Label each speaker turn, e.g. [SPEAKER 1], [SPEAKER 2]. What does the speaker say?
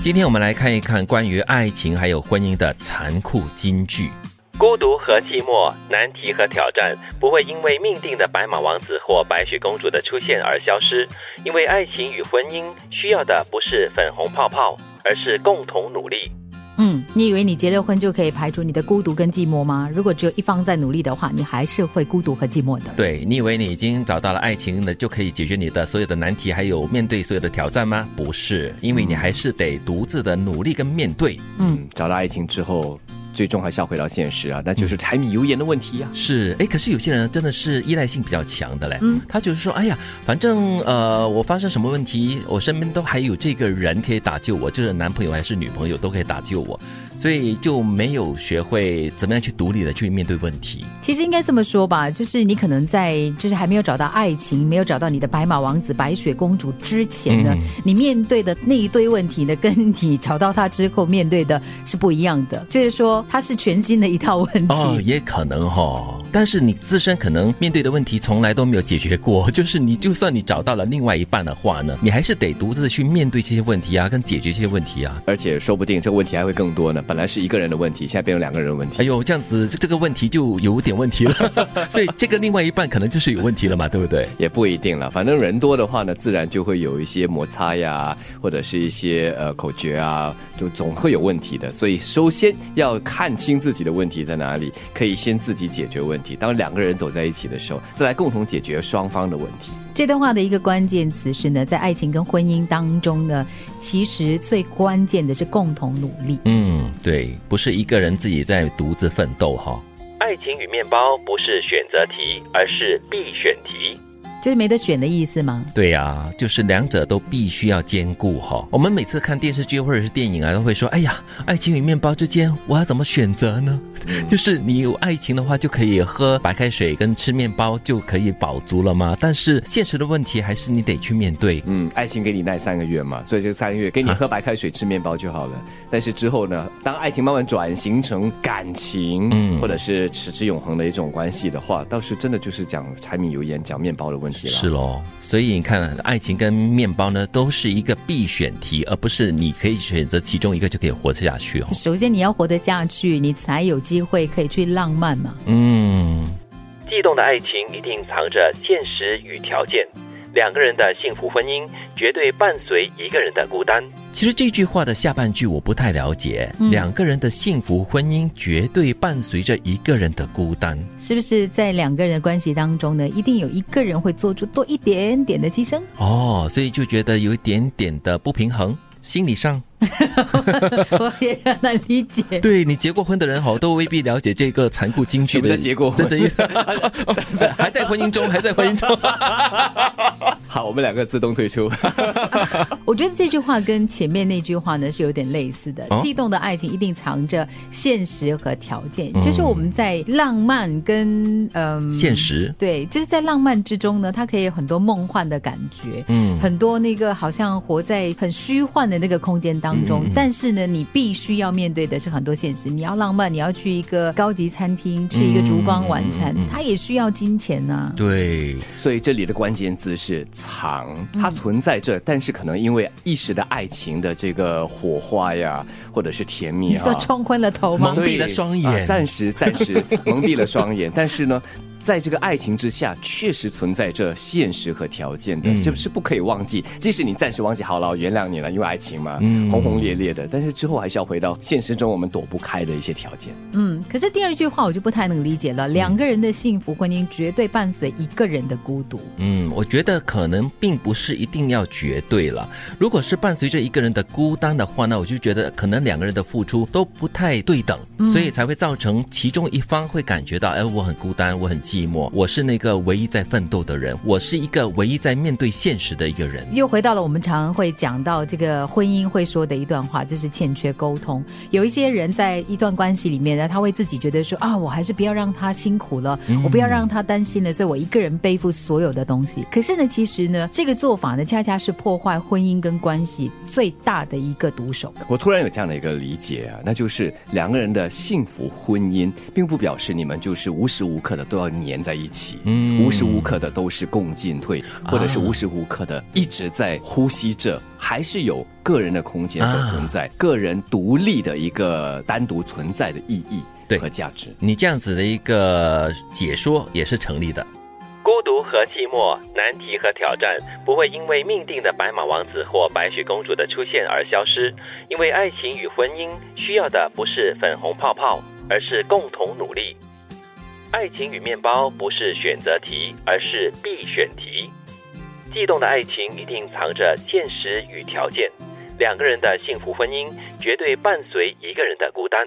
[SPEAKER 1] 今天我们来看一看关于爱情还有婚姻的残酷金句。
[SPEAKER 2] 孤独和寂寞，难题和挑战不会因为命定的白马王子或白雪公主的出现而消失，因为爱情与婚姻需要的不是粉红泡泡，而是共同努力。
[SPEAKER 3] 嗯，你以为你结了婚就可以排除你的孤独跟寂寞吗？如果只有一方在努力的话，你还是会孤独和寂寞的。
[SPEAKER 1] 对你以为你已经找到了爱情呢，就可以解决你的所有的难题，还有面对所有的挑战吗？不是，因为你还是得独自的努力跟面对。
[SPEAKER 3] 嗯，
[SPEAKER 4] 找到爱情之后，最终还是要回到现实啊，那就是柴米油盐的问题呀、
[SPEAKER 1] 是，哎，可是有些人真的是依赖性比较强的嘞，
[SPEAKER 3] 嗯
[SPEAKER 1] 他就是说，哎呀，反正呃，我发生什么问题，我身边都还有这个人可以打救我，就是男朋友还是女朋友都可以打救我，所以就没有学会怎么样去独立的去面对问题。
[SPEAKER 3] 其实应该这么说吧，就是你可能在就是还没有找到爱情，没有找到你的白马王子、白雪公主之前呢，
[SPEAKER 1] 嗯
[SPEAKER 3] 你面对的那一堆问题呢，跟你找到他之后面对的是不一样的。就是说，它是全新的一套问题。
[SPEAKER 1] 哦，也可能哈、但是你自身可能面对的问题从来都没有解决过， 就是你就算你找到了另外一半的话呢，你还是得独自地去面对这些问题啊，跟解决这些问题啊。
[SPEAKER 4] 而且说不定这个问题还会更多呢。本来是一个人的问题，现在变成两个人的问
[SPEAKER 1] 哎
[SPEAKER 4] 题。
[SPEAKER 1] 呦，这样子这这个问题就有点问题 了，所以这个另外一半可能就是有问题了嘛，对不对？
[SPEAKER 4] 也不一定了，反正人多的话呢，自然就会有一些摩擦呀，或者是一些呃口角啊，就总会有问题的。所以首先要看清自己的问题在哪里，可以先自己解决问题。当两个人走在一起的时候，再来共同解决双方的问题。
[SPEAKER 3] 这段话的一个关键词是呢，在爱情跟婚姻当中呢，其实最关键的是共同努力。
[SPEAKER 1] 嗯，对，不是一个人自己在独自奋斗哈、
[SPEAKER 2] 爱情与面包不是选择题，而是必选题。
[SPEAKER 3] 就是没得选的意思吗？
[SPEAKER 1] 对呀、就是两者都必须要兼顾哈、我们每次看电视剧或者是电影啊，都会说：“哎呀，爱情与面包之间，我要怎么选择呢？”就是你有爱情的话，就可以喝白开水跟吃面包就可以饱足了吗？但是现实的问题还是你得去面对。
[SPEAKER 4] 嗯，爱情给你耐三个月嘛，所以这三个月给你喝白开水、吃面包就好了。但是之后呢，当爱情慢慢转型成感情，
[SPEAKER 1] 嗯
[SPEAKER 4] 或者是持之永恒的一种关系的话，倒是真的就是讲柴米油盐、讲面包的问题了。
[SPEAKER 1] 是喽，所以你看啊，爱情跟面包呢，都是一个必选题，而不是你可以选择其中一个就可以活下去哦。
[SPEAKER 3] 首先你要活得下去，你才有机会可以去浪漫嘛。
[SPEAKER 1] 嗯。
[SPEAKER 2] 悸动的爱情一定藏着现实与条件，两个人的幸福婚姻绝对伴随一个人的孤单。
[SPEAKER 1] 其实这句话的下半句我不太了解，两个人的幸福婚姻绝对伴随着一个人的孤单。
[SPEAKER 3] 是不是在两个人的关系当中呢，一定有一个人会做出多一点点的牺 牲？
[SPEAKER 1] 哦，所以就觉得有一点点的不平衡，心理上。
[SPEAKER 3] 我也很难理解。
[SPEAKER 1] 对你结过婚的人好，都未必了解这个残酷京剧
[SPEAKER 4] 什么
[SPEAKER 1] 的
[SPEAKER 4] 叫结过婚
[SPEAKER 1] 真正意思。 还在婚姻中，还在婚姻中。
[SPEAKER 4] 好，我们两个自动退出。
[SPEAKER 3] 我觉得这句话跟前面那句话呢是有点类似的。
[SPEAKER 1] 哦
[SPEAKER 3] 悸动的爱情一定藏着现实和条件，
[SPEAKER 1] 嗯
[SPEAKER 3] 就是我们在浪漫跟嗯、
[SPEAKER 1] 现实
[SPEAKER 3] 对，就是在浪漫之中呢，它可以有很多梦幻的感觉，
[SPEAKER 1] 嗯
[SPEAKER 3] 很多那个好像活在很虚幻的那个空间当
[SPEAKER 1] 嗯
[SPEAKER 3] 中。但是呢，你必须要面对的是很多现实。你要浪漫，你要去一个高级餐厅吃一个烛光晚餐，
[SPEAKER 1] 嗯
[SPEAKER 3] 它也需要金钱啊呐、
[SPEAKER 1] 对，
[SPEAKER 4] 所以这里的关键字是藏，它存在这，但是可能因为一时的爱情的这个火花呀，或者是甜蜜
[SPEAKER 3] 你
[SPEAKER 4] 啊，
[SPEAKER 3] 说冲昏了头吗
[SPEAKER 1] 蒙？蔽了双眼
[SPEAKER 4] 对啊暂时暂时蒙蔽了双眼，但是呢。在这个爱情之下，确实存在着现实和条件
[SPEAKER 1] 嗯
[SPEAKER 4] 的，这、是不可以忘记。即使你暂时忘记，好了，我原谅你了，因为爱情嘛，
[SPEAKER 1] 嗯
[SPEAKER 4] 轰轰烈烈的，但是之后还是要回到现实中我们躲不开的一些条件。
[SPEAKER 3] 嗯，可是第二句话我就不太能理解了。两个人的幸福婚姻绝对伴随一个人的孤独。
[SPEAKER 1] 嗯，我觉得可能并不是一定要绝对了。如果是伴随着一个人的孤单的话，那我就觉得可能两个人的付出都不太对等，所以才会造成其中一方会感觉到，哎，我很孤单，我很寂寞，我是那个唯一在奋斗的人，我是一个唯一在面对现实的一个人。
[SPEAKER 3] 又回到了我们常常会讲到这个婚姻会说的一段话，就是欠缺沟通。有一些人在一段关系里面呢，他会自己觉得说啊，我还是不要让他辛苦了，我不要让他担心了，所以我一个人背负所有的东西。可是呢，其实呢，这个做法呢，恰恰是破坏婚姻跟关系最大的一个毒手。
[SPEAKER 4] 我突然有这样的一个理解啊，那就是两个人的幸福婚姻，并不表示你们就是无时无刻的都要粘在一起，
[SPEAKER 1] 嗯啊
[SPEAKER 4] 无时无刻的都是共进退，或者是无时无刻的一直在呼吸着，还是有个人的空间所存在，
[SPEAKER 1] 啊
[SPEAKER 4] 个人独立的一个单独存在的意义
[SPEAKER 1] 对
[SPEAKER 4] 和价值。
[SPEAKER 1] 你这样子的一个解说也是成立的。
[SPEAKER 2] 孤独和寂寞，难题和挑战不会因为命定的白马王子或白雪公主的出现而消失，因为爱情与婚姻需要的不是粉红泡泡，而是共同努力。爱情与面包不是选择题，而是必选题。悸动的爱情一定藏着现实与条件，两个人的幸福婚姻绝对伴随一个人的孤单。